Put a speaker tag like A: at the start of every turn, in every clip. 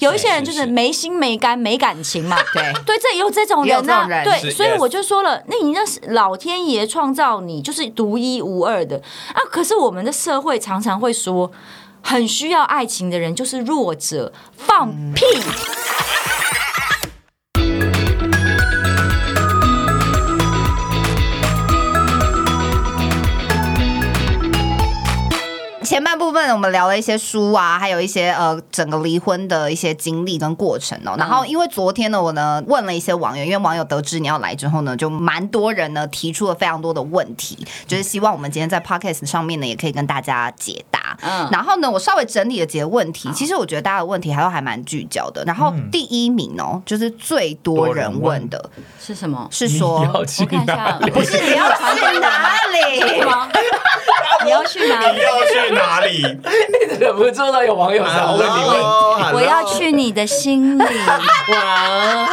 A: 有一些人
B: 是
A: 就是
B: 是
A: 没心没肝没感情嘛，
C: 对
A: 对，这也有这种
C: 也有
A: 人啊，
C: 这种人
A: 对，
B: 是
A: 所以
B: yes
A: 我就说了，那你那是老天爷创造你就是独一无二的啊。可是我们的社会常常会说，很需要爱情的人就是弱者，放屁。
C: 前半部分我们聊了一些书啊，还有一些呃整个离婚的一些经历跟过程哦。然后因为昨天呢，我呢问了一些网友，因为网友得知你要来之后呢，就蛮多人呢提出了非常多的问题，就是希望我们今天在 podcast 上面呢也可以跟大家解答。
A: 嗯
C: 然后呢，我稍微整理了几个问题，其实我觉得大家的问题还都还蛮聚焦的。然后第一名哦，就是最多人问的
A: 是什么？
C: 是
B: 你要
C: 说，
B: 去
A: 我看一下
B: 哪
A: 啊，
B: 里？
A: 不
C: 是你要去 哪 里？
A: 是吗？你要去哪里？
B: 要去哪 里？
D: 忍不住到有网友
B: 啊
D: 想问你问题，
A: 我要去你的心里。
D: 哇，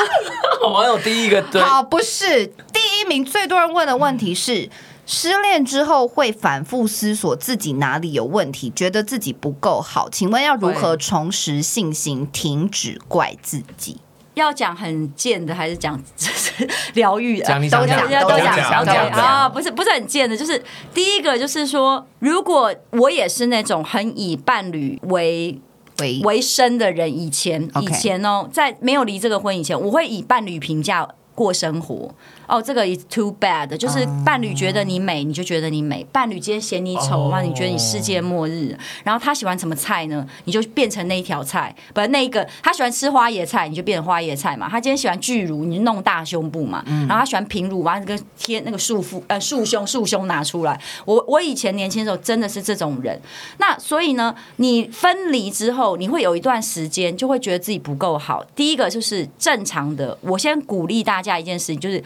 D: 网友第一个对，
C: 好，不是第一名最多人问的问题是：失恋之后会反复思索自己哪里有问题，觉得自己不够好，请问要如何
D: 会
C: 重拾信心，停止怪自己？
A: 要讲很贱的，还是讲 就是疗愈的？
D: 讲你
C: 都
D: 讲
C: 讲
A: 都
C: 都
A: 讲
B: 讲
C: 讲
A: 对
B: 这样
C: 都
B: 子
A: 啊，
C: 讲。
A: 不是不是很贱的，就是第一个就是说，如果我也是那种很以伴侣为
C: 喂，
A: 为生的人，以前
C: OK
A: 以前哦，在没有离这个婚以前，我会以伴侣评价。过生活哦，这个 is too bad，就是伴侣觉得你美，你就觉得你美；伴侣今天嫌你丑，
B: 哦
A: 哇，你觉得你世界末日。然后他喜欢什么菜呢？你就变成那一条菜，不那一个。他喜欢吃花椰菜，你就变成花椰菜嘛。他今天喜欢巨乳，你就弄大胸部嘛。然后他喜欢平乳，把那个贴那个束腹呃束胸束胸拿出来。我我以前年轻的时候真的是这种人，那所以呢，你分离之后，你会有一段时间就会觉得自己不够好。第一个就是正常的，我先鼓励大家一件事情，就是。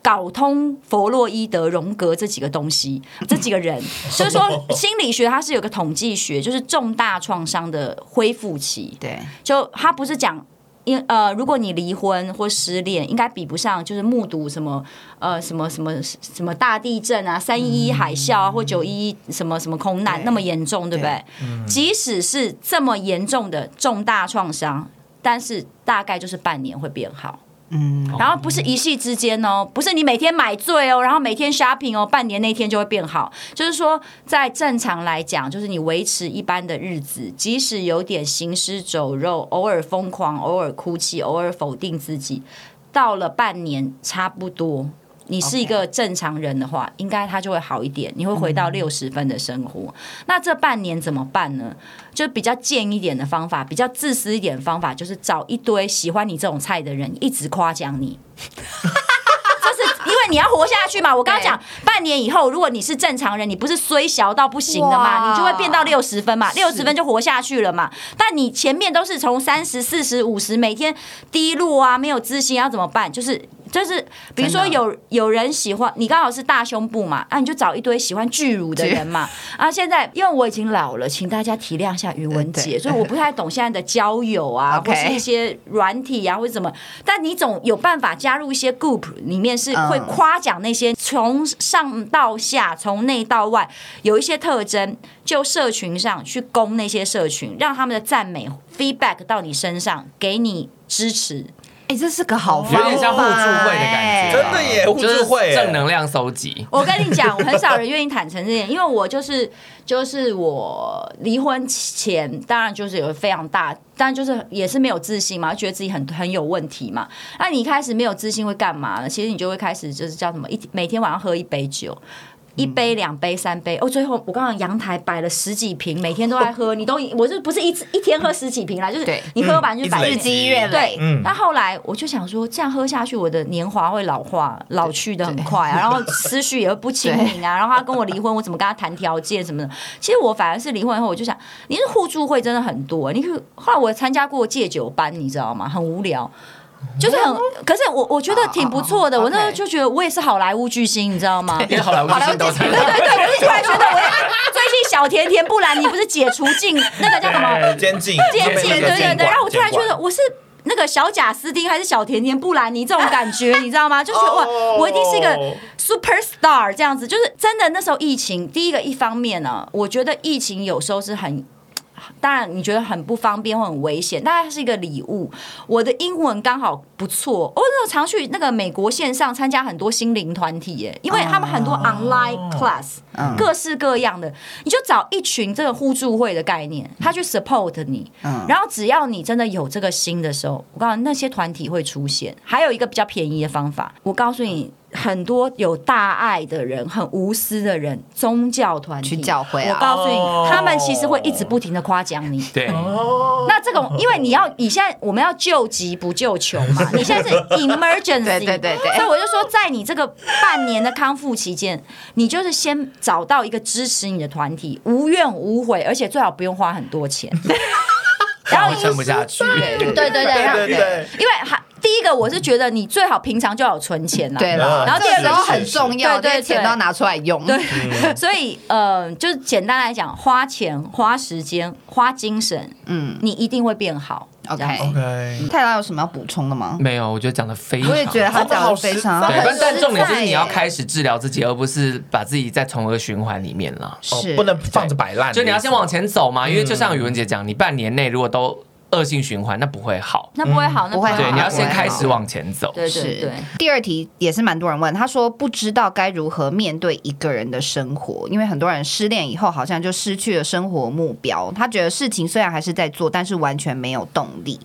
A: 搞通弗洛伊德、荣格这几个东西，这几个人，就是说心理学它是有个统计学，就是重大创伤的恢复期。
C: 对，
A: 就他不是讲。因呃，如果你离婚或失恋，应该比不上就是目睹什么呃什么什么什么大地震啊、三一一海啸啊，或九一一什么什么空难
C: 对
A: 那么严重，对不对？即使是这么严重的重大创伤，但是大概就是半年会变好。
C: 嗯，
D: 哦
A: 然后不是一夕之间哦，不是你每天买醉哦，然后每天 shopping 哦，半年那一天就会变好。就是说，在正常来讲，就是你维持一般的日子，即使有点行尸走肉，偶尔疯狂，偶尔哭泣，偶尔否定自己，到了半年差不多。你是一个正常人的话应该他就会好一点，你会回到六十分的生活。那这半年怎么办呢？就比较贱一点的方法，比较自私一点的方法，就是找一堆喜欢你这种菜的人，一直夸奖你。就是因为你要活下去嘛，我刚刚讲，半年以后，如果你是正常人，你不是衰小到不行的嘛，
C: 哇
A: 你就会变到六十分嘛，六十分就活下去了嘛。但你前面都是从三十、四十、五十，每天低落啊，没有自信，要怎么办？就是就是，比如说
C: 真的
A: 有有人喜欢你，刚好是大胸部嘛，啊，你就找一堆喜欢巨乳的人 嘛。啊，现在因为我已经老了，请大家体谅一下宇文
C: 对
A: 姐，所以我不太懂现在的交友啊，
C: OK
A: 或是一些软体啊，或者什么。但你总有办法加入一些 group 里面是会
C: 嗯
A: 夸奖那些从上到下、从内到外有一些特征，就社群上去攻那些社群，让他们的赞美 feedback 到你身上，给你支持。
C: 哎，这是个好方法，哎
D: 有点像互助会的感觉，啊
B: 真的耶互助会
D: 就是
B: 耶
D: 正能量搜集。
A: 我跟你讲，我很少人愿意坦诚这点，因为我就是就是我离婚前，当然就是有非常大，当然就是也是没有自信嘛，觉得自己很很有问题嘛。那你一开始没有自信会干嘛呢？其实你就会开始就是叫什么，一每天晚上喝一杯酒。一杯、两杯、三杯，哦，最后我刚刚阳台摆了十几瓶，每天都在喝，你都我是不是一次一天喝十几瓶啦？就是
C: 对
A: 你喝完就
B: 嗯
A: 摆
B: 一直累
C: 日
B: 积
C: 积月
A: 对。，
C: 累
B: 嗯
A: 那后来我就想说，这样喝下去，我的年华会老化，老去的很快、啊，然后思绪也会不清明啊。然后他跟我离婚，我怎么跟他谈条件什么的？其实我反而是离婚以后，我就想，你是互助会真的很多、你可后来我参加过戒酒班，你知道吗？很无聊。就是很，可是我我觉得挺不错的。
C: 哦哦哦
A: 我那时候
C: OK
A: 就觉得我也是好莱坞巨星，你知道吗？
D: 因为好莱坞星都参
A: 对对对，
D: 加，
A: 我就突然觉得我要最近小甜甜布兰妮不是解除禁那个叫什么
B: 哎监禁，
A: 渐进，对对对。然后我突然觉
B: 监
A: 得
B: 管
A: 我是。那个小贾斯汀还是小甜甜布兰妮这种感 觉，你知道吗？就觉得哇，我一定是一个
B: 哦
A: super star 这样子。就是真的，那时候疫情，第一个一方面呢、我觉得疫情有时候是很当然你觉得很不方便或很危险，但它是一个礼物。我的英文刚好不错，我那时候常去那个美国线上参加很多心灵团体耶，因为他们很多 online class，、各
C: 嗯
A: 式各样的，你就找一群这个互助会的概
C: 嗯
A: 念，他去 support 你，然后只要你真的有这个心的时候，我告诉你那些团体会出现。还有一个比较便宜的方法，我告诉你。很多有大爱的人，很无私的人，宗教团体
C: 去教会啊
A: 我告诉
B: 哦
A: 你，他们其实会一直不停的夸奖你。
D: 对，
A: 那这种，因为你要，你现在我们要救急不救穷嘛，你 现在是 emergency，
C: 对对对对
A: 所以我就说，在你这个半年的康复期间，你就是先找到一个支持你的团体，无怨无悔，而且最好不用花很多 钱。然
D: 然
A: 后
D: 后撑不下去，
C: 对
A: 对
C: 对
A: 对对，然后
B: 对对对，
A: 因为还第一个，我是觉得你最好平常就要有存钱啦。
C: 对
D: 啊
C: 了，
A: 然后第二
C: 这时
A: 个
C: 候
A: 是
C: 很重要，
A: 对对
C: 这些钱都要拿出来用。
A: 对，
C: 嗯
A: 所以呃，就是简单来讲，花钱、花时间、花精神，
C: 嗯
A: 你一定会变好。
C: ，OK
A: 这样。
B: OK，
C: 泰拉有什么要补充的吗？
D: 没有，我觉得讲的非常。
C: 我也觉得他讲的非常好，
D: 对，
B: 很
D: 但但重点就是你要
C: 开。
D: 开始治疗自己，而不是把自己在从恶循环里面了。
B: 哦
C: 是、
B: 不能放着摆烂，
D: 就你要先往前走嘛，因为就像宇文姐讲，你半年内如果都恶性循环，那不会好。
A: 那不会好，那
C: 嗯不会
D: 对，
C: 好
D: 你要
C: 不
D: 先
C: 会
D: 开
C: 好
D: 始往前走。
A: 对对
C: 是
A: 对，
C: 第二题也是蛮多人问，他说不知道该如何面对一个人的生活，因为很多人失恋以后好像就失去了生活目标，他觉得事情虽然还是在做，但是完全没有动力，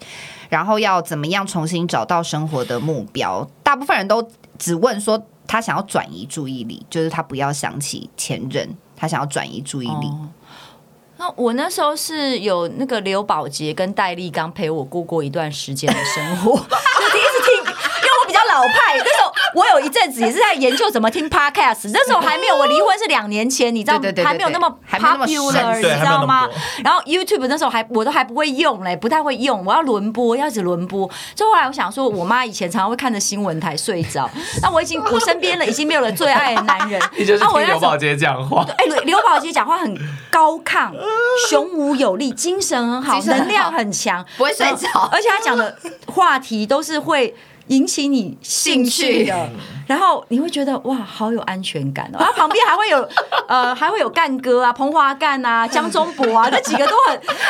C: 然后要怎么样重新找到生活的目标？大部分人都只问说他想要转移注意力，就是他不要想起前任，他想要转移注意力。
A: 哦那我那时候是有那个刘宝杰跟戴立刚陪我过过一段时间的生 活，就第一次听，因为我比较老派，那时候我有一阵子也是在研究怎么听 podcast，那时候还没有，我离婚是两年前，你知道
C: 对对对对
A: 还没有那么
C: 还没那么
A: popular，
C: 深
A: 你
B: 对
A: 知道
B: 还
A: 吗
B: 没有那么多？
A: 然后 YouTube 那时候还我都还不会用嘞，不太会用，我要轮播，要一直轮播。就后来我想说，我妈以前常常会看着新闻台睡着，那我已经我身边的已经没有了最爱的男人
D: ，你就是
A: 那啊我
D: 听
A: 那时
D: 刘
A: 候
D: 宝杰讲话，
A: 哎，刘刘宝杰讲话很高亢， 雄武有力，精神很好，
C: 精神很好
A: 能量很强，
C: 不会睡着
A: 然后而且他讲的话题都是会。引起你兴趣的，
C: 嗯
A: 然后你会觉得哇，好有安全感哦。然后旁边还会 有呃，还会有干哥啊、彭华干
C: 嗯
A: 啊、江中博啊，那几个都 很，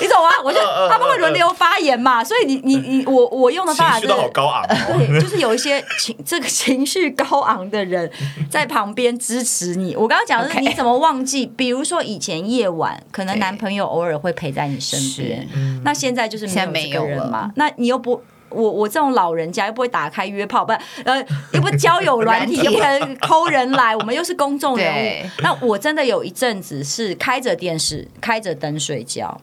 A: 你懂吗？我就
B: 呃
C: 嗯
A: 他们会轮流发言嘛，所以你你你我我用的方
B: 情
A: 法
B: 绪
A: 是
B: 都好 高昂哦。
A: 对，就是有一些情这个情绪高昂的人在旁边支持你。我刚刚讲的是
C: OK
A: 你怎么忘记，比如说以前夜晚，可能男朋友偶尔会陪在你身边，那现在就是
C: 现在没
A: 没有这
C: 有
A: 个人
C: 了
A: 嘛，那你又不。我我这种老人家又不会打开约炮，不呃又不会交友软体，
C: 软
A: 又
C: 体
A: 不能抠人来，我们又是公众人
C: 对
A: 物。那我真的有一阵子是开着电视、开着灯睡觉，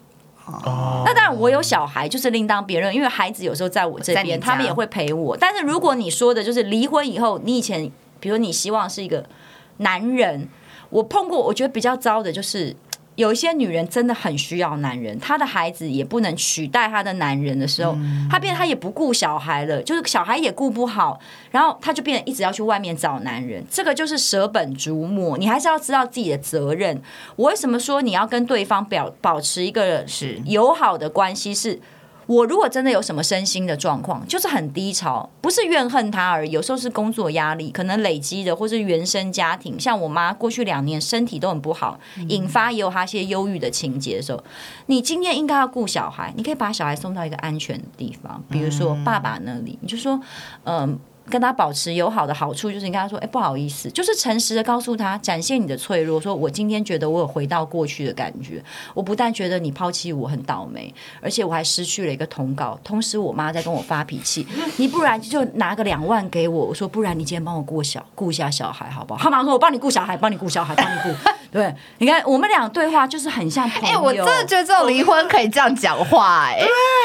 B: 哦
A: 那当然，我有小孩，就是另当别论，因为孩子有时候在我这
C: 在你
A: 边，
C: 家
A: 他们也会陪我。但是如果你说的就是离婚以后，你以前，比如你希望是一个男人，我碰过，我觉得比较糟的就是。有一些女人真的很需要男人，她的孩子也不能取代她的男人的时候，她变得她也不顾小孩了，就是小孩也顾不好，然后她就变得一直要去外面找男人，这个就是舍本逐末。你还是要知道自己的责任。我为什么说你要跟对方表保持一个
C: 是
A: 友好的关系是？我如果真的有什么身心的状况，就是很低潮，不是怨恨他而已，有时候是工作压力，可能累积的，或是原生家庭。像我妈过去两年身体都很不好，引发也有她一些忧郁的情节的时候，你今天应该要顾小孩，你可以把小孩送到一个安全的地方，比如说
C: 嗯
A: 爸爸那里，你就说，嗯、跟他保持友好的好处就是，你跟他说，哎、不好意思，就是诚实的告诉他，展现你的脆弱，说我今天觉得我有回到过去的感觉，我不但觉得你抛弃我很倒霉，而且我还失去了一个通告，同时我妈在跟我发脾气，你不然就拿个两万给我，我说不然你今天帮我顾小顾一下小孩好不 好？他马上说我帮你顾小孩，帮你顾小孩，帮你顾。对，你看我们俩对话就是很像朋
C: 哎、
A: 友。
C: 我真的觉得这种离婚可以这样讲话、哎，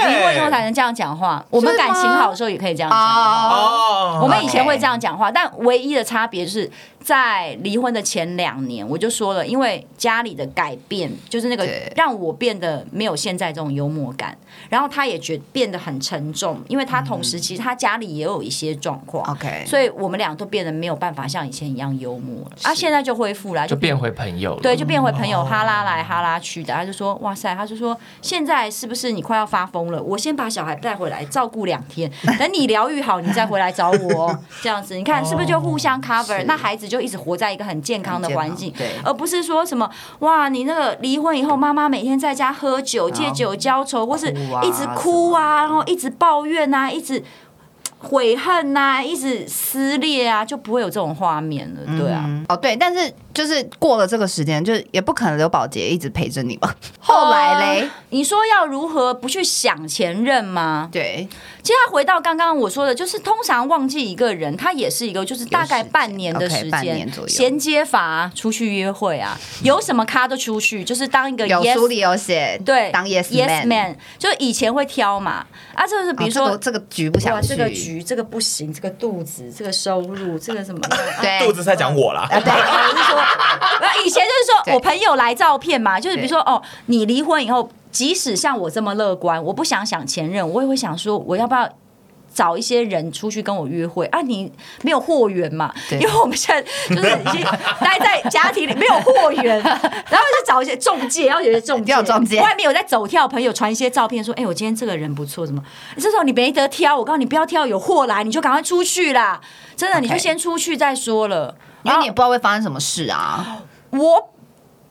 A: 离婚以后才能这样讲话。我们感情好的时候也可以这样讲话。
C: 哦
B: 哦
A: 我们以前会这样讲话，但唯一的差别就是在离婚的前两年，我就说了，因为家里的改变，就是那个
C: 对
A: 让我变得没有现在这种幽默感，然后他也觉变得很沉重，因为他同时其实他家里也有一些状况
C: 嗯 OK
A: 所以我们俩都变得没有办法像以前一样幽默了，啊，现在就恢复了，
D: 就变回朋友了。
A: 对，就变回朋
C: 哦
A: 友，哈拉来哈拉去的。他就说：“哇塞！”他就说：“现在是不是你快要发疯了？我先把小孩带回来照顾 两天，等你疗愈好，你再回来找我哦。”这样子，你看是不是就互相 cover？那孩子就就一直活在一个很健康的环境
C: 很，健康对
A: 而不是说什么哇，你那个离婚以后，妈妈每天在家喝酒、借酒浇愁，或是
C: 哭啊
A: 一直哭啊，然后一直抱怨啊，一直。悔恨呐、一直撕裂啊，就不会有这种画面了，对啊。
C: 嗯哦对，但是就是过了这个时间，就是也不可能刘宝杰一直陪着你吧。 后来嘞
A: 呃，你说要如何不去想前任吗？
C: 对，
A: 其实他回到刚刚我说的，就是通常忘记一个人，他也是一个就是大概半年的时
C: OK，半年
A: 间
C: 左右
A: 衔接法、啊，出去约会啊， 有什么咖都出去，就是当一个
C: 有
A: yes
C: 书里有写，
A: 对
C: 当 yes
A: yes man，就以前会挑嘛，啊，就是比如说。
C: 哦这个这个局不
A: 哇，
C: 想去，
A: 这个局，这个不行，这个肚子，这个收入，这个什么？啊
C: 对
B: 啊肚子在讲我啦，
A: 对，我是说，那以前就是
C: 对
A: 说我朋友来照片嘛，就是比如说哦，你离婚以后，即使像我这么乐观，我不想想前任，我也会想说，我要不要？找一些人出去跟我约会啊，你没有货源嘛？
C: 对
A: 因为我们现在就是已经待在家庭里没有货源， 然后就找一些中介，要有一些中介，
C: 要有中介
A: 外面有在走跳的朋友传一些照片说，哎、我今天这个人不错，什么？这时候你没得挑，我告诉你不要挑，有货来你就赶快出去啦！真的，你就
C: OK
A: 先出去再说了。
C: 因为你也不知道会发生什么事啊。
A: 我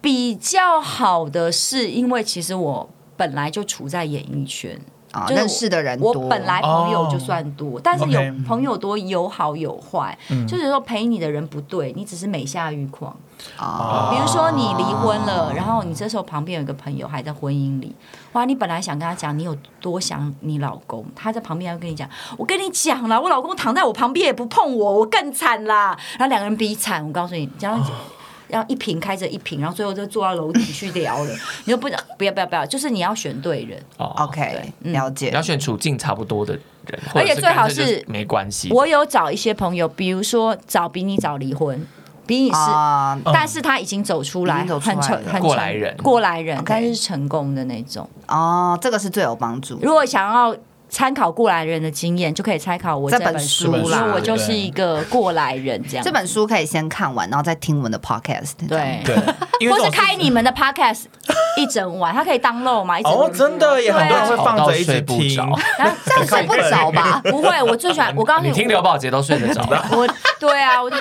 A: 比较好的是，因为其实我本来就处在演艺圈，
C: 啊，
A: 哦就是我
C: 认识的人
A: 我
C: 多，
A: 本来朋友就算多，但是有
B: OK
A: 朋友多有好有坏，就是说陪你的人不对，你只是每下愈况。
C: 啊，
A: 比如说你离婚了，然后你这时候旁边有一个朋友还在婚姻里，哇，你本来想跟他讲你有多想你老公，他在旁边还会跟你讲，我跟你讲啦，我老公躺在我旁边也不碰我，我更惨啦。然后两个人比惨，我告诉你，这样
C: 啊
A: 子。然后一瓶开着一瓶，然后最后就坐到楼顶去聊 了。你就不能不要不要不要，就是你要选对人。
D: 哦
C: OK，了
A: 嗯
C: 解
D: 你要。选处境差不多的人，
A: 而且
D: 或者
A: 最好
D: 干脆就是没关系。
A: 我有找一些朋友，比如说找比你早离婚，比你是
C: 啊，
A: 但是他已经走出
C: 已
A: 来，
C: 经走出来
A: 很成
C: 了
A: 很
D: 过
A: 成
D: 来人
A: 过来人
C: OK
A: 但是成功的那种。
C: 哦，这个是最有帮助。
A: 如果想要参考过来人的经验，就可以参考我
C: 这
A: 本
C: 本
A: 书
C: 书
A: 因
C: 啦
A: 为我就是一个过来人这样。
C: 这本书可以先看完，然后再听我们的 podcast。这样，
A: 对，
B: 对，因为
A: 或
B: 这
A: 是
B: 种
A: 开你们的 podcast 一整晚，它可以当漏嘛？一整晚
B: 哦，真的也
A: 对啊
B: 很多人会放着一
D: 吵到睡
B: 直
D: 不
B: 听
D: 着，
A: 然后
C: 这样睡不着吧？
A: 不会，我最喜啊 欢。我告诉
D: 你听刘宝杰都 睡得着，
A: 我对啊，我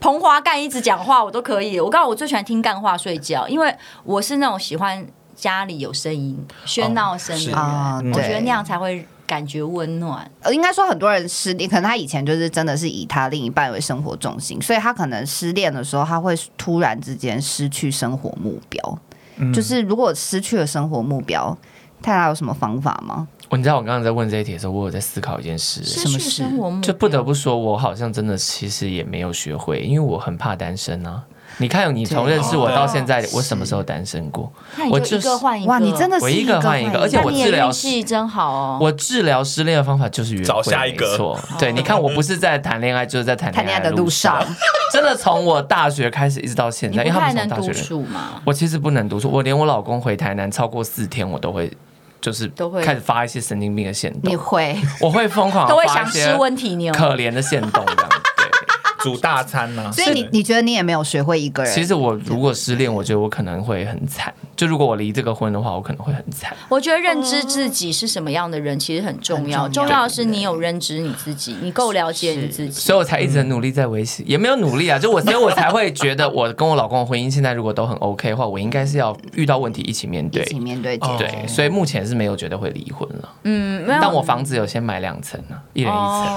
A: 彭华干一直讲话我都可以。我告诉我最喜欢听干话睡觉，因为我是那种喜欢家里有声音、喧闹声的人，
C: 哦是
A: 我觉得
C: 对
A: 那样才会感觉温暖。
C: 呃，应该说很多人失恋，可能他以前就是真的是以他另一半为生活重心，所以他可能失恋的时候，他会突然之间失去生活目标。
D: 嗯
C: 就是如果失去了生活目标，太太有什么方法吗？
D: 我你知道我刚刚在问这一题的时候，我有在思考一件事，欸
A: 失
C: 什么
A: 去
C: 事
A: 生活目
D: 就不
A: 标
D: 得不说，我好像真的其实也没有学会，因为我很怕单身啊。你看，你从认识
B: 哦
D: 我
B: 啊
D: 到现在，我什么时候单身过？
A: 那你
D: 我
A: 就
D: 就
A: 一
D: 是
A: 个换一个，
C: 哇，你真的
D: 我
C: 是
D: 一个换一个而且
A: 那
D: 我
A: 你也
D: 治疗
A: 运气真好哦。
D: 我治疗失恋的方法就是约会，
B: 找下一个
D: 没错。对，你看，我不是在谈恋爱，就是在谈
C: 谈恋
D: 恋
C: 爱
D: 爱
C: 的路
D: 哎路
C: 上，
D: 真的从我大学开始一直到现
A: 你
D: 在，
A: 不
D: 因为他
A: 太
D: 们
A: 能
D: 从大学
A: 独
D: 认识
A: 处嘛，
D: 我其实不能读书，我连我老公回台南超过四天，我都会就是
A: 都会
D: 开始发一些神经病的线
C: 你
D: 动，
C: 会
D: 我会疯狂地
A: 都会
D: 发
A: 想
D: 一
A: 吃
D: 些
A: 温体牛。
D: 可怜的线动这样。对，
B: 煮大餐呐。
C: 所以你你觉得你也没有学会一个人，
D: 其实我如果失恋，我觉得我可能会很惨。就如果我离这个婚的话，我可能会很惨。
A: 我觉得认知自己是什么样的人其实很重要，
C: 嗯很重
A: 重
C: 要
A: 要的是你有认知你自己，你够了解你自己。
D: 所以我才一直很努力在维系，也没有努力啊，就我，所以我才会觉得我跟我老公的婚姻现在如果都很 OK 的话，我应该是要遇到问题一起面对
C: 一。起面对解
B: 哦
C: 决。
D: 对，所以目前是没有觉得会离婚了。
A: 嗯，没有
D: 但我房子有先买两层啊，一人一层。
A: 哦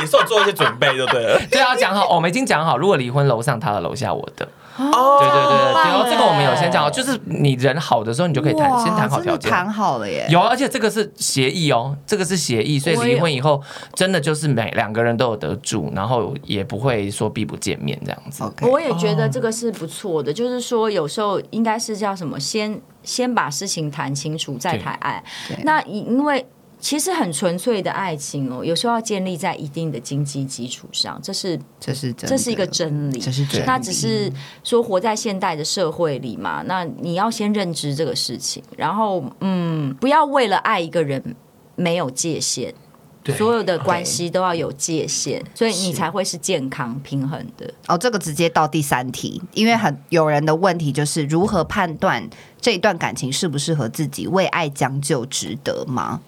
B: 也是有做一些准备，就对了。
D: 对啊，讲好，我们已经讲好，如果离婚，楼上他的，楼下我的。
B: 哦
D: 对对对，
A: 棒
D: 对哦，这个我们有先讲好，
A: 耶
D: 就是你人好的时候，你就可以谈，
C: 哇
D: 先谈好
C: 真的
D: 条件。
C: 谈好了耶。
D: 有，而且这个是协议哦，这个是协议，所以
A: 我也
D: 离婚以后真的就是每两个人都有得住，然后也不会说避不见面这样子。
C: OK，
A: 我也觉
C: 哦
A: 得这个是不错的，就是说有时候应该是叫什么，先先把事情谈清楚再谈爱
C: 对。
A: 那因为其实很纯粹的爱情哦，有时候要建立在一定的经济基础上，这是
C: 这是真的
A: 这是一个真理。
C: 这是真理
A: 那只是说活在现代的社会里嘛，那你要先认知这个事情，然后嗯，不要为了爱一个人没有界限。所有的关系都要有界限，所以你才会是健康平衡的。
C: 哦，这个直接到第三题，因为很有人的问题就是如何判断这一段感情适不适合自己，为爱将就值得吗？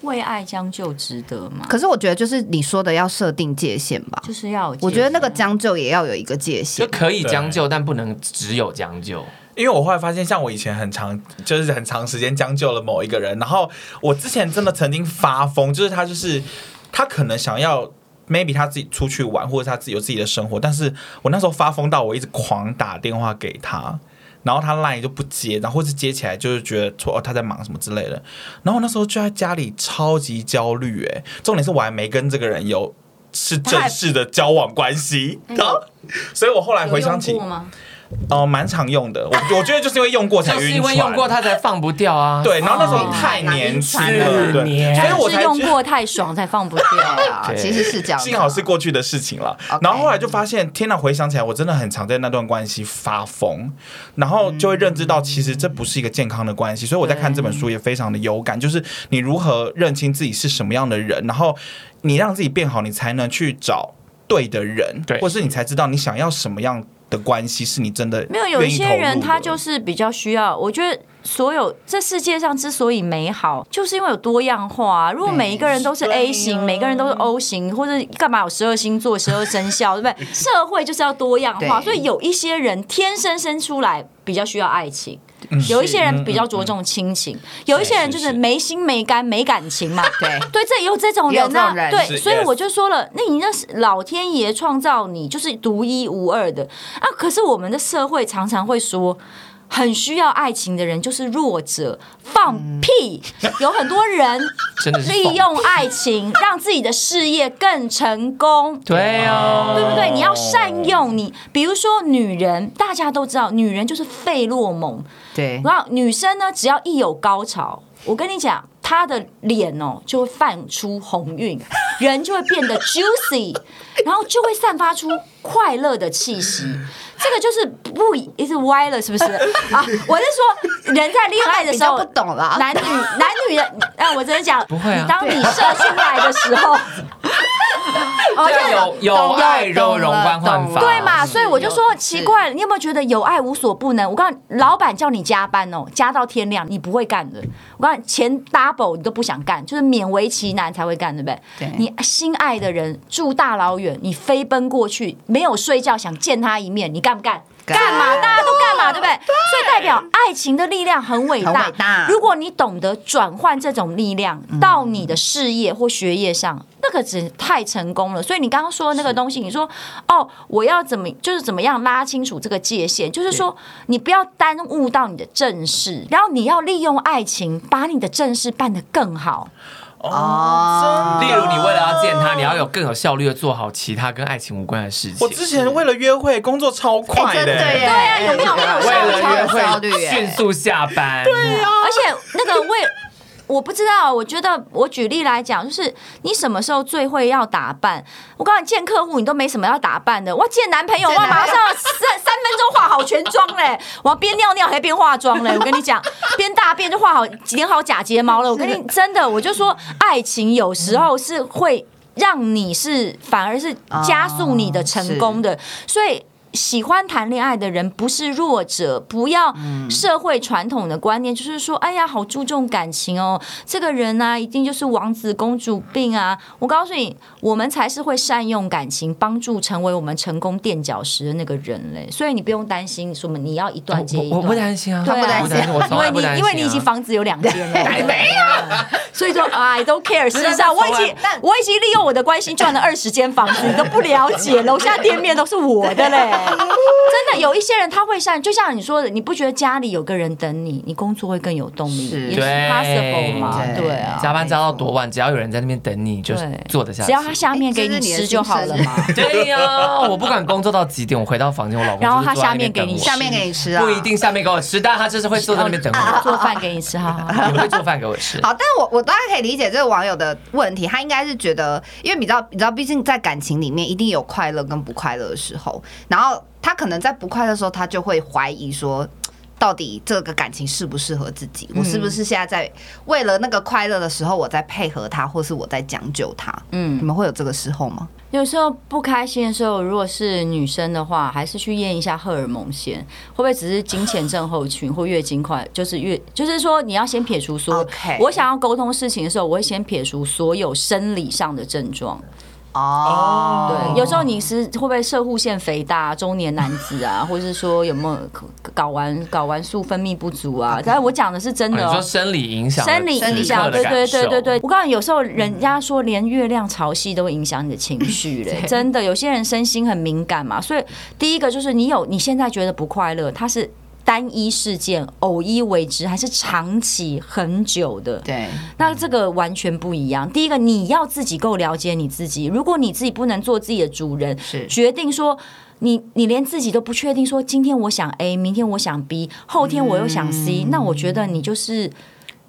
A: 为爱将就值得吗？
C: 可是我觉得就是你说的要设定界限吧，
A: 就是要有界限，
C: 我觉得那个将就也要有一个界
D: 就
C: 限。
D: 可以将就，但不能只有将就。
B: 因为我后来发现，像我以前很长，就是很长时间将就了某一个人，然后我之前真的曾经发疯，就是他就是他可能想要。maybe 他自己出去玩，或者他自己有自己的生活，但是我那时候发疯到我一直狂打电话给他，然后他 line 就不接，然后或是接起来就是觉得说哦他在忙什么之类的，然后我那时候就在家里超级焦虑，哎，重点是我还没跟这个人有是正式的交往关系，然后 所以我后来回想
A: 嗯有
B: 起
A: 用过，吗？
B: 哦，蛮常用的。我我觉得就是因为用过才
D: 就是
B: 晕
D: 因为
B: 船，
D: 用过它才放不掉啊。
B: 对，然后那时候
A: 哦
B: 太年轻
C: 难晕
D: 船了
B: 了，对，所以我
A: 是
B: 才
A: 用
B: 觉得
A: 过太爽才放不掉啊。
C: 啊
D: 对
C: 其实是这样，啊
B: 幸好是。过去的事情了。然后后来就发现，天哪！回想起来，我真的很常在那段关系发疯，然后就会认知到，其实这不是一个健康的关系。所以我在看这本书也非常的有感，就是你如何认清自己是什么样的人，然后你让自己变好，你才能去找对的人，
D: 对
B: 或是你才知道你想要什么样的关系是你真的
A: 没有，有一
B: 愿意
A: 些
B: 投入
A: 人他
B: 的
A: 就是比较需要。我觉得所有这世界上之所以美好，就是因为有多样化、啊如果每一个人都是
B: 对
A: A 型，每个人都是 O 型，或者干嘛有十二星座、十二生肖，对不 对？社会就是要多样化，
C: 对
A: 所以有一些人天生生出来比较需要爱情。
B: 嗯
A: 有一些人比较着重亲情，有一些人就是没心没肝没感情嘛。
C: 对
A: 对，这也哦有这种
C: 也有
A: 人
C: 这
A: 呐、
C: 种人
A: 对，
B: 是
A: 所以
B: yes
A: 我就说了，那你那是老天爷创造你就是独一无二的啊。可是我们的社会常常会说。很需要爱情的人就是弱者，放屁！有很多人
D: 真的是
A: 利用爱情让自己的事业更成功，
D: 对哦，
A: 对不对？你要善用你，比如说女人，大家都知道，女人就是费洛蒙，
C: 对，
A: 然后女生呢，只要一有高潮，我跟你讲，她的脸哦就会泛出红晕，人就会变得 juicy，然后就会散发出快乐的气息。这个就是不一直歪了，是不是啊？我是说，人在恋爱的
C: 比
A: 时
C: 较
A: 候
C: 不。懂了啊。
A: 男女男女人，哎，我真的讲，
D: 不会啊
A: 你当你射出来的时候，哦，
D: 这样
A: 就
D: 啊有有
C: 懂了
D: 爱柔容光焕
C: 懂了
D: 发，
A: 对嘛？
C: 是
A: 所以我就说
C: 有
A: 奇怪了，你有没有觉得有爱无所不能？我告诉你，老板叫你加班哦，加到天亮，你不会干的。我告诉你，钱 double 你都不想干，就是勉为其难才会干，对不对？
C: 对
A: 你心爱的人住大老远，你飞奔过去，没有睡觉想见他一面，你干不干？
C: 干
A: 干嘛？大家都干嘛，对不对？所以代表爱情的力量很伟大。
C: 很伟大嗯
A: 如果你懂得转换这种力量到你的事业或学业上，那个只太成功了。所以你刚刚说的那个东西，你说哦，我要怎么就是怎么样拉清楚这个界限，就是说你不要耽误到你的正事，然后你要利用爱情把你的正事办得更好。
C: 哦
A: 啊
D: 例如，你为了要见他，你要有更有效率的做好其他跟爱情无关的事情。
B: 我之前为了约会工作超
C: 哎
B: 快的、
C: 真的耶，
A: 对啊有没有没有
D: 为
A: 效率
D: 了
A: 超
D: 约
A: 有
C: 效率
D: 会啊
C: 耶
D: 迅速下班，对啊，
A: 而且那个为。我不知道，我觉得我举例来讲，就是你什么时候最会要打扮？我告诉你，见客户你都没什么要打扮的。我见男朋友，我
C: 见男
A: 马上三 三分钟化好全妆嘞，我要边尿尿还边化妆嘞。我跟你讲， 边大便就化好剪好假睫毛了。我跟你真的，我就说，爱情有时候是会让你是反而是加速你的成功的，所以。喜欢谈恋爱的人不是弱者，不要社会传统的观念，就是说，哎呀，好注重感情哦，这个人呢、一定就是王子公主病啊！我告诉你，我们才是会善用感情，帮助成为我们成功垫脚石的那个人嘞。所以你不用担心，什么你要一段接一
D: 我我
A: 段，
D: 不担心啊，
A: 对啊
D: 我我从来
A: 因
D: 不
A: 为
D: 担
A: 你
D: 心
A: 因
D: 啊，
A: 为你已经房子有两间了，
C: 没
A: 所以说 I don't care。事实上，
D: 不
A: 我
D: 是
A: 已
D: 那
A: 经
D: 从
A: 我已经利用我的关系赚了二十间房子，你都不了解，楼下店面都是我的嘞。真的有一些人他会善，就像你说的，你不觉得家里有个人等你，你工作会更有动力，
C: 是
A: 也是
D: 对
A: possible 嘛？
C: 对
A: 对啊，
D: 加班加到多晚，只要有人在那边等你，就是
A: 对
D: 做得下去。
A: 只要他下面给
C: 哎这是你的
A: 吃就好了嘛。
D: 对呀、 我不管工作到几点，我回到房间，我老公
A: 然后
D: 就是坐在那
A: 他下面
D: 边
A: 给你
D: 等我
C: 下面给你吃啊，
D: 不一定下面给我吃，但他就是会坐在那边等 我，
A: 做饭给你吃，好好好。
D: 也会做饭给我吃。
C: 好，但我我大概可以理解这个网友的问题，他应该是觉得，因为你知道，你知道，毕竟在感情里面一定有快乐跟不快乐的时候，然后他可能在不快乐的时候，他就会怀疑说。到底这个感情适不适合自己，我是不是现在在为了那个快乐的时候，我在配合他，或是我在将就他？嗯，你们会有这个时候吗？
A: 有时候不开心的时候，如果是女生的话，还是去验一下荷尔蒙先，会不会只是经前症候群或月经快？就是月，就是说你要先撇除所有。
C: OK
A: 我想要沟通事情的时候，我会先撇除所有生理上的症状。
C: 哦，
A: 对，有时候你是会不会射护腺肥大、中年男子啊，或者是说有没有睾丸睾丸素分泌不足啊？但是我讲的是真
D: 哦
A: 的、
D: 你
A: 哦
D: 说。生理影响，
A: 生理影响，
D: 此刻
A: 对
D: 的感
A: 对对对对
D: 受。
A: 我告诉你，有时候人家说连月亮潮汐都会影响你的情 绪嘞，真的，有些人身心很敏感嘛，所以第一个就是你有你现在觉得不快乐，它是。单一事件、偶一为之，还是长期很久的？
C: 对，
A: 那这个完全不一样。第一个，你要自己够了解你自己。如果你自己不能做自己的主人，
C: 是
A: 决定说你你连自己都不确定，说今天我想 A，明天我想 B，后天我又想 C，、那
C: 嗯
A: 我觉得你就是。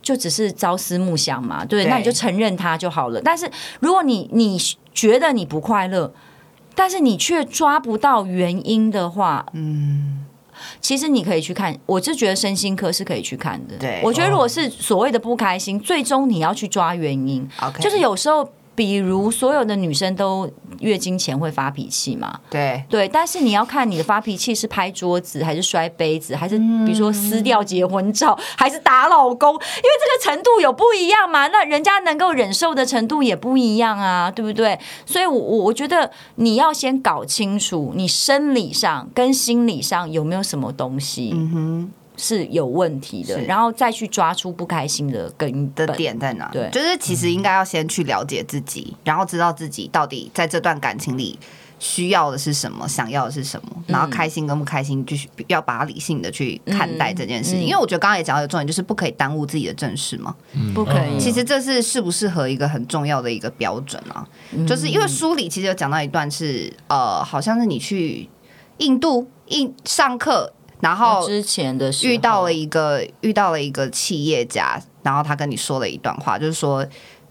A: 就只是朝思暮想嘛，对，
C: 对
A: 那你就承认它就好了。但是如果你你觉得你不快乐，但是你却抓不到原因的话，嗯，其实你可以去看，我是觉得身心科是可以去看的。
C: 对哦
A: 我觉得如果是所谓的不开心，最终你要去抓原因。
C: OK
A: 就是有时候，比如所有的女生都月经前会发脾气嘛，
C: 对，
A: 对，但是你要看你的发脾气是拍桌子，还是摔杯子，还是比如说撕掉结婚照，
C: 嗯
A: 还是打老公，因为这个程度有不一样嘛，那人家能够忍受的程度也不一样啊，对不对？所以我，我我觉得你要先搞清楚你生理上跟心理上有没有什么东西。是有问题的
C: 嗯是，
A: 然后再去抓出不开心的根
C: 的
A: 本。
C: 点在哪？
A: 对嗯
C: 就是其实应该要先去了解自己，然后知道自己到底在这段感情里需要的是什么，想要的是什么，然后开心跟不开心，就是要把它理性的去看待这件事情。
A: 嗯嗯
C: 因为我觉得刚刚也讲到一个重点，就是不可以耽误自己的正事嘛。
A: 不可以。
D: 嗯
C: 其实这是适不适合一个很重要的一个标准啊，
A: 嗯
C: 就是因为书里其实有讲到一段是呃，好像是你去印度印上课，然后
A: 之前的时候
C: 遇到了一个遇到了一个企业家，然后他跟你说了一段话，就是说，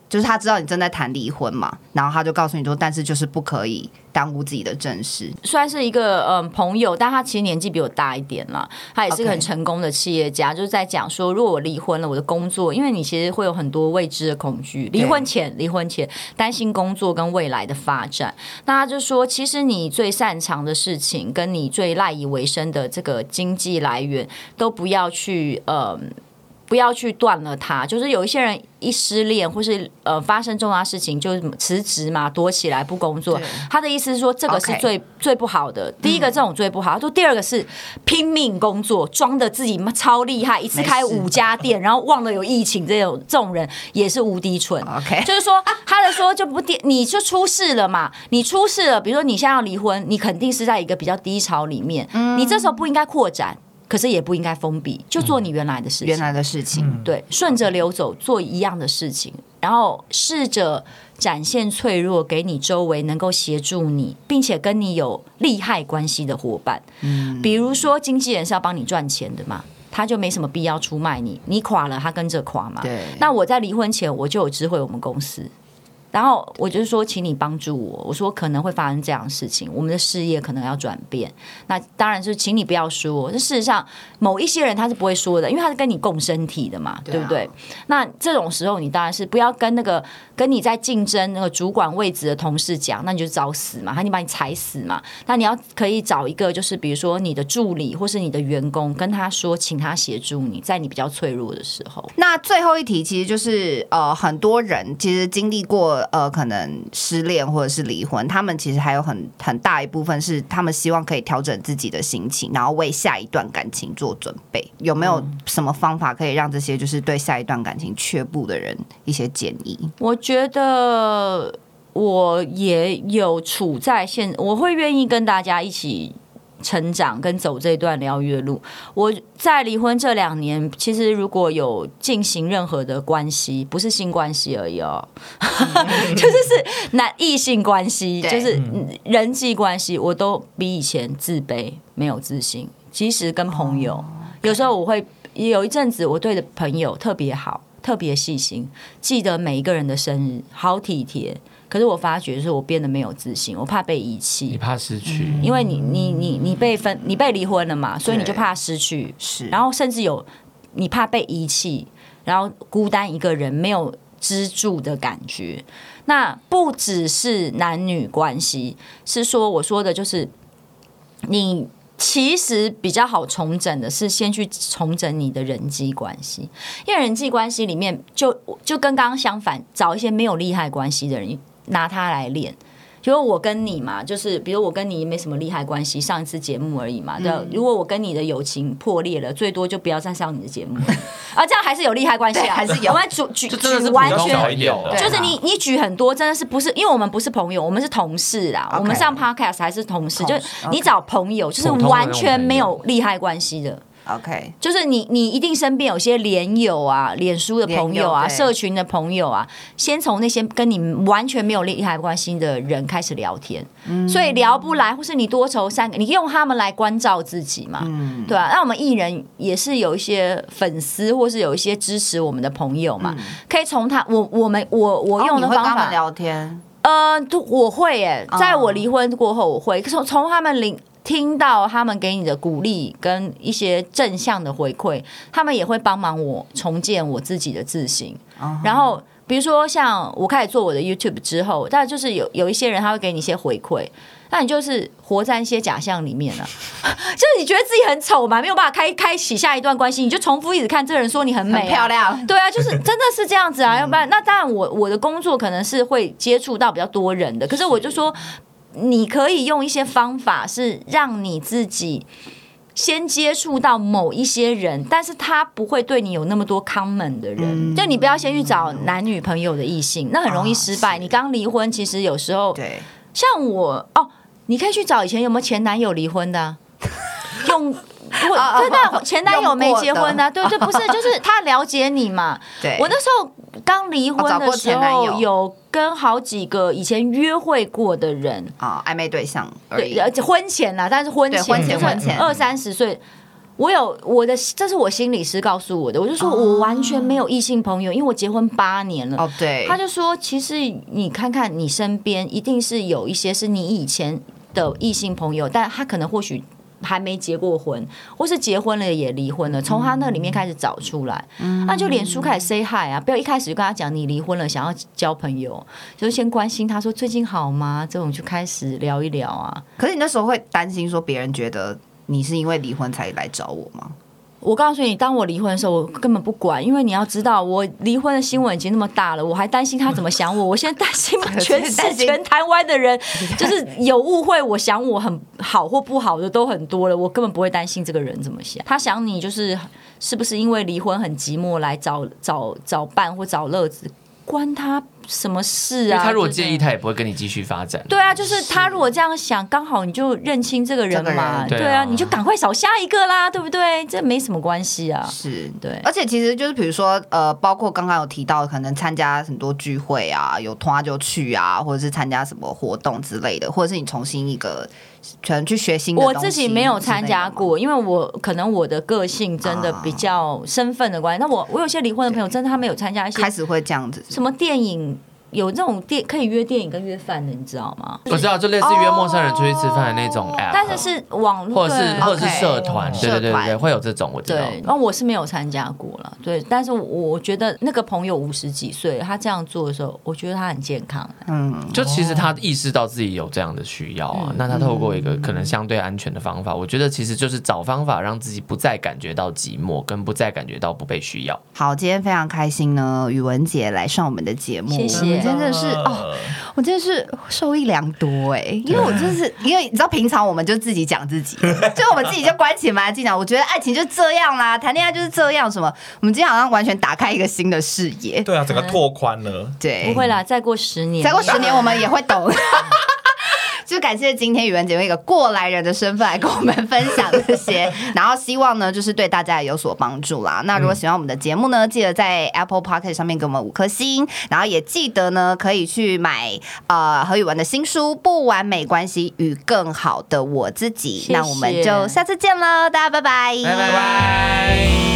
C: 就是他知道你正在谈离婚嘛，然后他就告诉你说，但是就是不可以耽误自己的正事。
A: 算是一个嗯朋友，但他其实年纪比我大一点啦。他也是个
C: OK
A: 很成功的企业家就是在讲说，如果我离婚了，我的工作，因为你其实会有很多未知的恐惧，离婚前，离婚前担心工作跟未来的发展。那他就说，其实你最擅长的事情，跟你最赖以为生的这个经济来源，都不要去嗯。不要去断了它，就是有一些人一失恋或是呃发生重大事情就辞职嘛，躲起来不工作
C: 对。
A: 他的意思是说，这个是
C: OK 嗯
A: 最最不好的。第一个这种最不好，他说第二个是拼命工作，装的自己超厉害，一次开五家店，然后忘了有疫情这种这种人也是无敌蠢。
C: OK，
A: 就是说，他的说就不低，你就出事了嘛，你出事了，比如说你现在要离婚，你肯定是在一个比较低潮里面，
C: 嗯
A: 你这时候不应该扩展，可是也不应该封闭，就做你原来的事情
C: 原，来的事情，
A: 对，顺着流走，做一样的事情，然后试着展现脆弱，给你周围能够协助你，并且跟你有利害关系的伙伴。嗯，比如说经纪人是要帮你赚钱的嘛。他就没什么必要出卖你，你垮了，他跟着垮嘛。
C: 对
A: 那我在离婚前，我就有知会我们公司，然后我就说，请你帮助我。我说可能会发生这样的事情，我们的事业可能要转变。那当然是请你不要说。那事实上，某一些人他是不会说的，因为他是跟你共身体的嘛，对
C: 啊
A: 不对？那这种时候，你当然是不要跟那个跟你在竞争那个主管位置的同事讲，那你就找死嘛，他你把你踩死嘛。那你要可以找一个，就是比如说你的助理或是你的员工，跟他说，请他协助你，在你比较脆弱的时候。
C: 那最后一题其实就是呃，很多人其实经历过呃，可能失恋或者是离婚，他们其实还有很很大一部分是他们希望可以调整自己的心情，然后为下一段感情做准备。有没有什么方法可以让这些就是对下一段感情却步的人一些建议？
A: 我觉得我也有处在现，我会愿意跟大家一起。成长跟走这段疗愈的路，我在离婚这两年，其实如果有进行任何的关系，不是性关系而已哦，就是是男异性关系，
C: 对
A: 就是人际关系，我都比以前自卑，没有自信。即使跟朋友，有时候我会有一阵子，我对的朋友特别好，特别细心，记得每一个人的生日，好体贴。可是我发觉就是我变得没有自信，我怕被遗
D: 你
A: 弃，
D: 怕失去，
A: 因为你你你你被分你被离婚了嘛，所以你就
C: 对
A: 怕失去，
C: 是
A: 然后甚至有你怕被遗弃，然后孤单一个人没有支柱的感觉。那不只是男女关系，是说我说的就是你。其实比较好重整的是，先去重整你的人际关系，因为人际关系里面就就跟刚刚相反，找一些没有利害关系的人拿他来练。比如我跟你嘛，就是比如我跟你没什么利害关系，上一次节目而已
C: 嗯
A: 嘛。对，如果我跟你的友情破裂了，最多就不要再上你的节 目啊，这样还是有利害关系
C: 对
A: 啊，
C: 还是有
A: 我们举举
D: 这真的
A: 举
D: 是
A: 完
B: 比较
A: 全
B: 少一点的
C: 对
A: 就是你你举很多，真的是不是？因为我们不是朋友，我们是同事啦。
C: OK
A: 我们上 podcast 还是同事，
C: 同
A: 就
C: 事
A: 是你找朋友，就是
D: 普通的那种
A: 完全没有利害关系的。
C: OK，
A: 就是你，你一定身边有些连友啊、脸书的朋友啊、
C: 连友对
A: 社群的朋友啊，先从那些跟你完全没有利害关系的人开始聊天，
C: 嗯
A: 所以聊不来，或是你多愁善感，你用他们来关照自己嘛，
C: 嗯
A: 对吧、那我们艺人也是有一些粉丝，或是有一些支持我们的朋友嘛，可以从他我我们我我
C: 嗯哦
A: 用
C: 你
A: 的
C: 会跟
A: 方
C: 他
A: 法，
C: 们聊天，
A: 嗯，都我会耶，
C: 哦
A: 在我离婚过后，我会从从他们领听到他们给你的鼓励跟一些正向的回馈，他们也会帮忙我重建我自己的自信。然后比如说像我开始做我的 YouTube 之后，但就是有有一些人他会给你一些回馈。那你就是活在一些假象里面了、啊 就是你觉得自己很丑嘛，没有办法开开启下一段关系，你就重复一直看这个人说你很美、
C: 很漂。亮，嗯
A: 对啊，就是真的是这样子啊，要不然那当然我我的工作可能是会接触到比较多人的，可是我就说你可以用一些方法是让你自己。先接触到某一些人，但是他不会对你有那么多 common 的
C: 嗯
A: 人，就你不要先去找男女朋友的异性，那很容易失败。
C: 啊是
A: 你刚离婚，其实有时候
C: 对，
A: 像我哦，你可以去找以前有没有前男友离婚的 啊、用。我
C: 啊啊
A: 真的前男友没结婚呢、啊
C: 用
A: 对对， 不是，就是他了解你嘛。
C: 对
A: 我那时候刚离婚
C: 哦找
A: 的
C: 过
A: 时
C: 前男
A: 候，
C: 友
A: 有跟好几个以前约会过的人，
C: 啊，暧昧对象而已
A: 对，，而且婚前啦，但是婚前
C: 对婚前
A: 就是
C: 婚前
A: 二三十岁。我有我的，这是我心理师告诉我的。我就说我完全没有异性朋友，因为我结婚八年了。
C: 哦，对，
A: 他就说，其实你看看你身边，一定是有一些是你以前的异性朋友，但他可能或许。还没结过婚，或是结婚了也离婚了，从他那里面开始找出来，那就脸书开始 say hi 啊，不要一开始就跟他讲你离婚了，想要交朋友，就先关心他说最近好吗？这种就开始聊一聊啊。
C: 可是你那时候会担心说别人觉得你是因为离婚才来找我吗？
A: 我告诉你，当我离婚的时候，我根本不管，因为你要知道，我离婚的新闻已经那么大了，我还担心他怎么想我。我现在担心全
C: 担
A: 世
C: 心
A: 全台湾的人， 就是有误会，我想我很好或不好的都很多了，我根本不会担心这个人怎么想。他想你就是是不是因为离婚很寂寞来找找找伴或找乐子，关他什么事
D: 因为
A: 啊？
D: 他如果
A: 就是
D: 介意，他也不会跟你继续发展。
A: 对啊，就是他如果这样想，刚好你就认清这个人
C: 这个
A: 嘛，
C: 人
D: 对啊
A: 对啊，你就赶快找下一个啦，对不对？这没什么关系啊。
C: 是
A: 对
C: 而且其实就是比如说呃，包括刚刚有提到，可能参加很多聚会啊，有团就去啊，或者是参加什么活动之类的，或者是你重新一个可能去学新的
A: 我
C: 东
A: 自
C: 西
A: 己没有
C: 之类的
A: 参加
C: 吗，啊
A: 过，因为我可能我的个性真的比较身份的关系。那我我有些离婚的朋友，真的他们有参加一些
C: 开始会这样子。
A: 什么电影，有那种电可以约电影跟约饭的，你知道吗？
D: 我知道，就类似约陌生人出去吃饭的那种
A: 哦
D: app，啊
A: 但是是网络，
D: 或者是
A: 对
D: 或者是
C: OK
D: 社团，对对对
C: 社
D: 对，
C: 团
D: 会有这种我知道。
A: 对，那我是没有参加过了，对。但是我我觉得那个朋友五十几岁，他这样做的时候，我觉得他很健康。
C: 嗯，
D: 就其实他意识到自己有这样的需要
A: 嗯
D: 啊，那他透过一个可能相对安全的方法，我觉得其实就是找方法让自己不再感觉到寂寞，跟不再感觉到不被需要。
C: 好，今天非常开心呢，宇文姐来上我们的节目，
A: 谢谢
C: 我们真的是哦，我真的是受益良多哎、因为我真是因为你知道，平常我们就自己讲自己，就我们自己就关起门啊来进讲，我觉得爱情就这样啦，谈恋爱就是这样什么，我们今天好像完全打开一个新的视野，
B: 对啊，整个拓宽了。
A: 不
C: 对，
A: 会啦，再过十年，
C: 哎再过十 年我们也会懂。 就感谢今天宇文姐用一个过来人的身份来跟我们分享这些，然后希望呢就是对大家也有所帮助啦。那如
A: 嗯
C: 果喜欢我们的节目呢，记得在 Apple p o c k e t 上面给我们五颗星，然后也记得呢可以去买呃何宇文的新书《不完美关系与更好的我自己》。
A: 谢谢
C: 那我们就下次见喽，大家拜拜，
D: 拜拜。